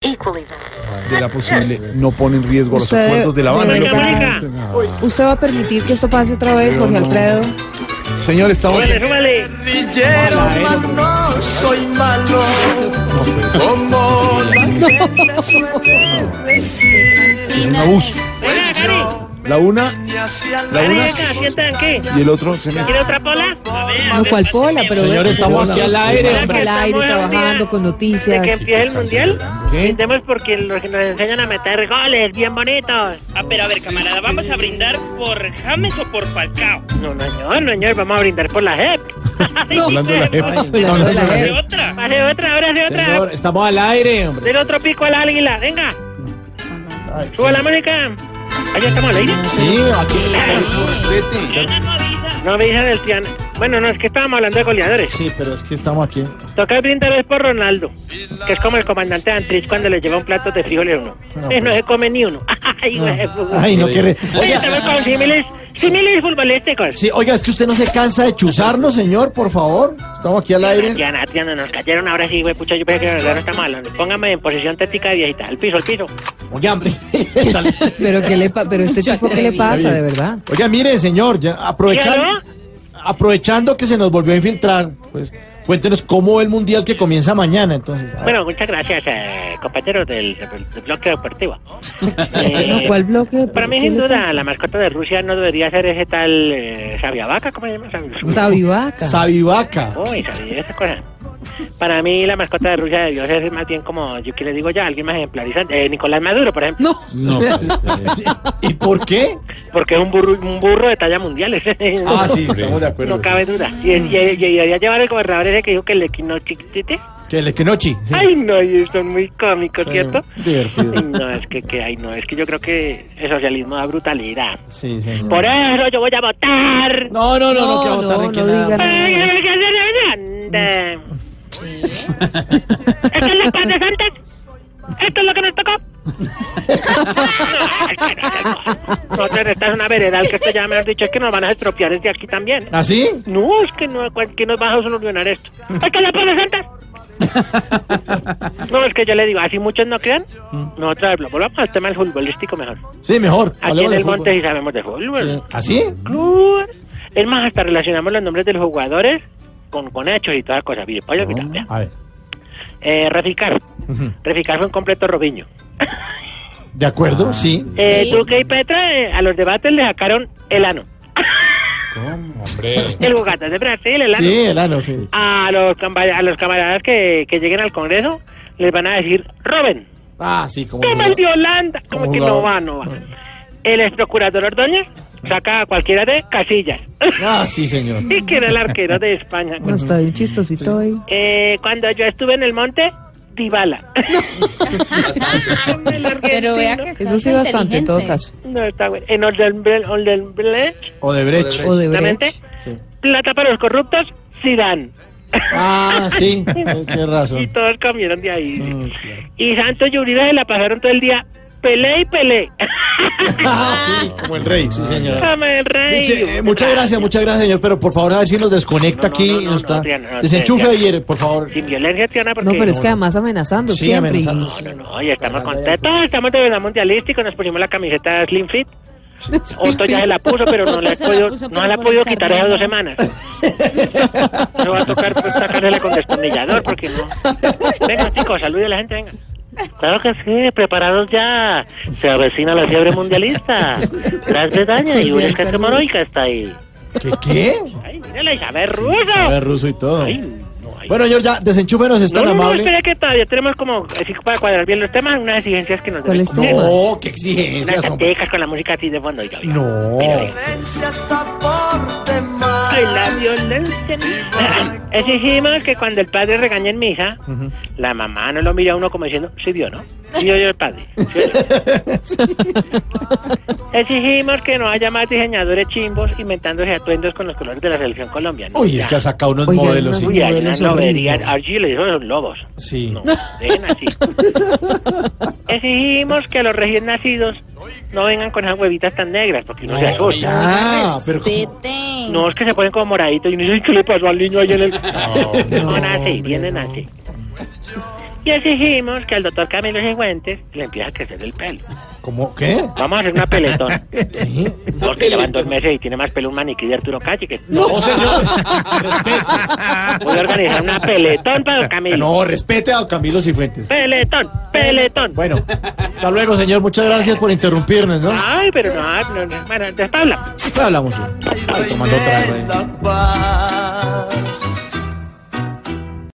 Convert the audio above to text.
equally de la posible no pone en riesgo a los Usted- acuerdos de La Habana. de Lo verdad. que se hace. ¿Usted va a permitir que esto pase otra vez, Jorge Alfredo? Señor, estamos. Súbele, súbele. guerrillero, no soy malo, como la gente suele decir. Es un abuso. Venga, Cari. La una Y hacia la Cari, una. venga, siéntate aquí. y el otro se me. ¿Quiere otra pola? A ver, a No, ver, ¿cuál pues, pola? Pero Señor, estamos aquí al aire, Estamos hombre. al aire, Estamos trabajando al día. con De que noticias. empiece el mundial, ¿Qué? brindemos porque los que nos enseñan a meter goles bien bonitos. Ah, pero a ver, camarada, ¿vamos a brindar por James o por Falcao? No, no, señor, no, señor, vamos a brindar por la JEP. No. Hablando de la jefa. Hablando de la Pase gente. otra, pase otra, ahora sí otra. Señor, estamos al aire, hombre. Del otro pico al águila, venga. Suba la música. Allá estamos al aire. Sí, aquí. No me dicen el tian. Bueno, no, es que estábamos hablando de goleadores. Sí, pero es que estamos aquí. Toca el brindar es por Ronaldo, que es como el comandante Antrich cuando le lleva un plato de frijoles a uno. No, Eh, no se come ni uno. Ay, Ay, no quiere. Estamos Oiga, con símiles, símiles futbolísticos. sí, oiga, es que usted no se cansa de chuzarnos, señor, por favor. Estamos aquí al aire. Tiana, Tiana, nos cayeron ahora sí, güey, pucha, yo pensé que no está mal. Póngame en posición táctica de viejita, al piso, al piso. Oiga, hombre. Pero, ¿qué le pa- pero este tipo, ¿qué le pasa, de verdad? Oiga, mire, señor, ya aprovechando, aprovechando que se nos volvió a infiltrar, pues cuéntenos cómo va el mundial que comienza mañana, entonces. a ver. Bueno, muchas gracias, eh, compañeros del, del bloque deportivo. No, Eh, ¿Cuál bloque? Para mí, ¿Qué sin le duda, pasa? la mascota de Rusia no debería ser ese tal eh, Sabiavaca, ¿cómo se llama? Sabi- Sabivaca. Sabivaca. Uy, sabía esa cosa. Para mí, la mascota de Rusia debió ser más bien como, yo que les digo ya, alguien más ejemplarizante. Eh, Nicolás Maduro, por ejemplo. No, Sí, ¿Y por qué? Porque es un burro, un burro de talla mundial. ese. Ah, sí, estamos de acuerdo. no cabe duda. Y, es- y, y- y debería llevar el gobernador ese que dijo que el equinochictete. Que el Equinochi. sí. Ay, no, y son muy cómicos, ¿cierto? Divertido. Ay, No, es que, que, ay, no, es que yo creo que el socialismo da brutalidad. Sí, señor. Por eso yo voy a votar. No, no, no, no, que No, votar no, en que no nada. diga nada. Ande. ¿Esto es la paz de Santos? ¿Esto es lo que nos tocó? Nosotros esta es una veredal que esto ya me han dicho es que nos van a estropear desde aquí también. ¿Ah, sí? No, es que no, cual- que nos va a solucionar esto. ¿Esto es la paz de Santos? No, es que yo le digo, así muchos no crean. Nosotros hablo- volvamos al tema del futbolístico mejor. Sí, mejor. Aquí Hablemos en de el fútbol. monte sí sabemos de fútbol. Sí. ¿Ah, sí? Club. Es más, hasta relacionamos los nombres de los jugadores con, con hechos y todas las cosas. Mire, pollo, mira, vea. A ver. Eh, Reficar. Ujú. Reficar fue un completo robiño. De acuerdo, sí. Eh, Duque y Petra eh, a los debates le sacaron el ano. El jugador de Brasil, el ano. Ah. Sí, el ano, sí. A, los camba- a los camaradas que, que lleguen al Congreso les van a decir, roben. Ah, sí, como. Toma el de Holanda. Como Como que no jugador. va, no va. El ex procurador Ordóñez saca a cualquiera de Casillas. Ah, sí, señor. y que era el arquero de España. no está bien chistosito hoy. Eh, cuando yo estuve en el monte, Dibala. Pero vea que Eso sí, bastante, en todo caso. No, está bueno. En Oldenbrecht, Oldenbrecht, O de brecho. O de la Brecht. mente, Sí. plata para los corruptos, Zidane. Ah, sí. Tienes Y razón. todos comieron de ahí. Mm, claro. Y Santos y Uribe se la pasaron todo el día, pelé y pelé. Ah, sí, como el rey, sí, señor. Dame el rey. Dice, eh, muchas gracias, muchas gracias, señor. Pero por favor, a ver si nos desconecta No, no, aquí. no, no, nos está- no, Adrián, no, Desenchufe Adrián. ayer, por favor. Sin violencia, Tiana, porque... No, pero es que además amenazando Sí, siempre. y- amenazando. No, no, no, ya estamos contentos, estamos de verdad mundialístico, nos pusimos la camiseta Slim Fit. Otto ya se la puso, pero no la, he Se la podido- puso, no pero la ha por podido el quitar carnet, hace dos ¿no? semanas. Me va a tocar pues, sacársela con destornillador, porque no. Venga, chicos, salude a la gente, venga. Claro que sí, preparados ya. Se avecina la fiebre mundialista. Tras Bretaña y una escasez hemorroica está ahí. ¿Qué? ¿Qué? Ay, mírala, Isabel A Ruso. ver, ruso y todo. Ay, no, ay. Bueno, señor, ya, desenchúfenos, es no, tan no, no, amable. espera que todavía tenemos como, así para cuadrar bien los temas, unas exigencias que nos deben ¿Cuáles cumplir. temas? Oh, qué Unas exigencias, hombre. cantecas con la música así de fondo. oiga, oiga. No. violencia está por demás. Ay, la violencia. Exigimos que cuando el padre regaña en misa, la mamá no lo mira a uno como diciendo, sí vio, ¿no? Sí vio yo el padre. sí vio yo". Exigimos que no haya más diseñadores chimbos inventándose atuendos con los colores de la selección colombiana. Uy, es que ha sacado unos Oiga, modelos. unos sí. Uy, hay modelos unas horribles. loberías. Allí le dijo los lobos. Sí. No, ven así. Exigimos que los recién nacidos no vengan con esas huevitas tan negras porque no, se asustan. Ah, pero ¿cómo? No, es que se ponen como moraditos y uno dice, "Ay, ¿qué le pasó al niño ahí en el...? No, no, así, vienen así. y exigimos que al doctor Camilo Cifuentes le empiece a crecer el pelo. ¿Cómo qué? Vamos a hacer una peletona. Sí. Porque le van dos meses y tiene más pelo un maniquí de Arturo Calle que No, señor. respete. voy a organizar una peletón para don Camilo. No, respete a Camilo Cifuentes. Peletón, peletón. Bueno, hasta luego, señor. Muchas gracias por interrumpirnos, ¿no? Ay, pero no, no, no. Bueno, después hablamos. Después hablamos. sí. Ay, tomando otra, güey. la paz.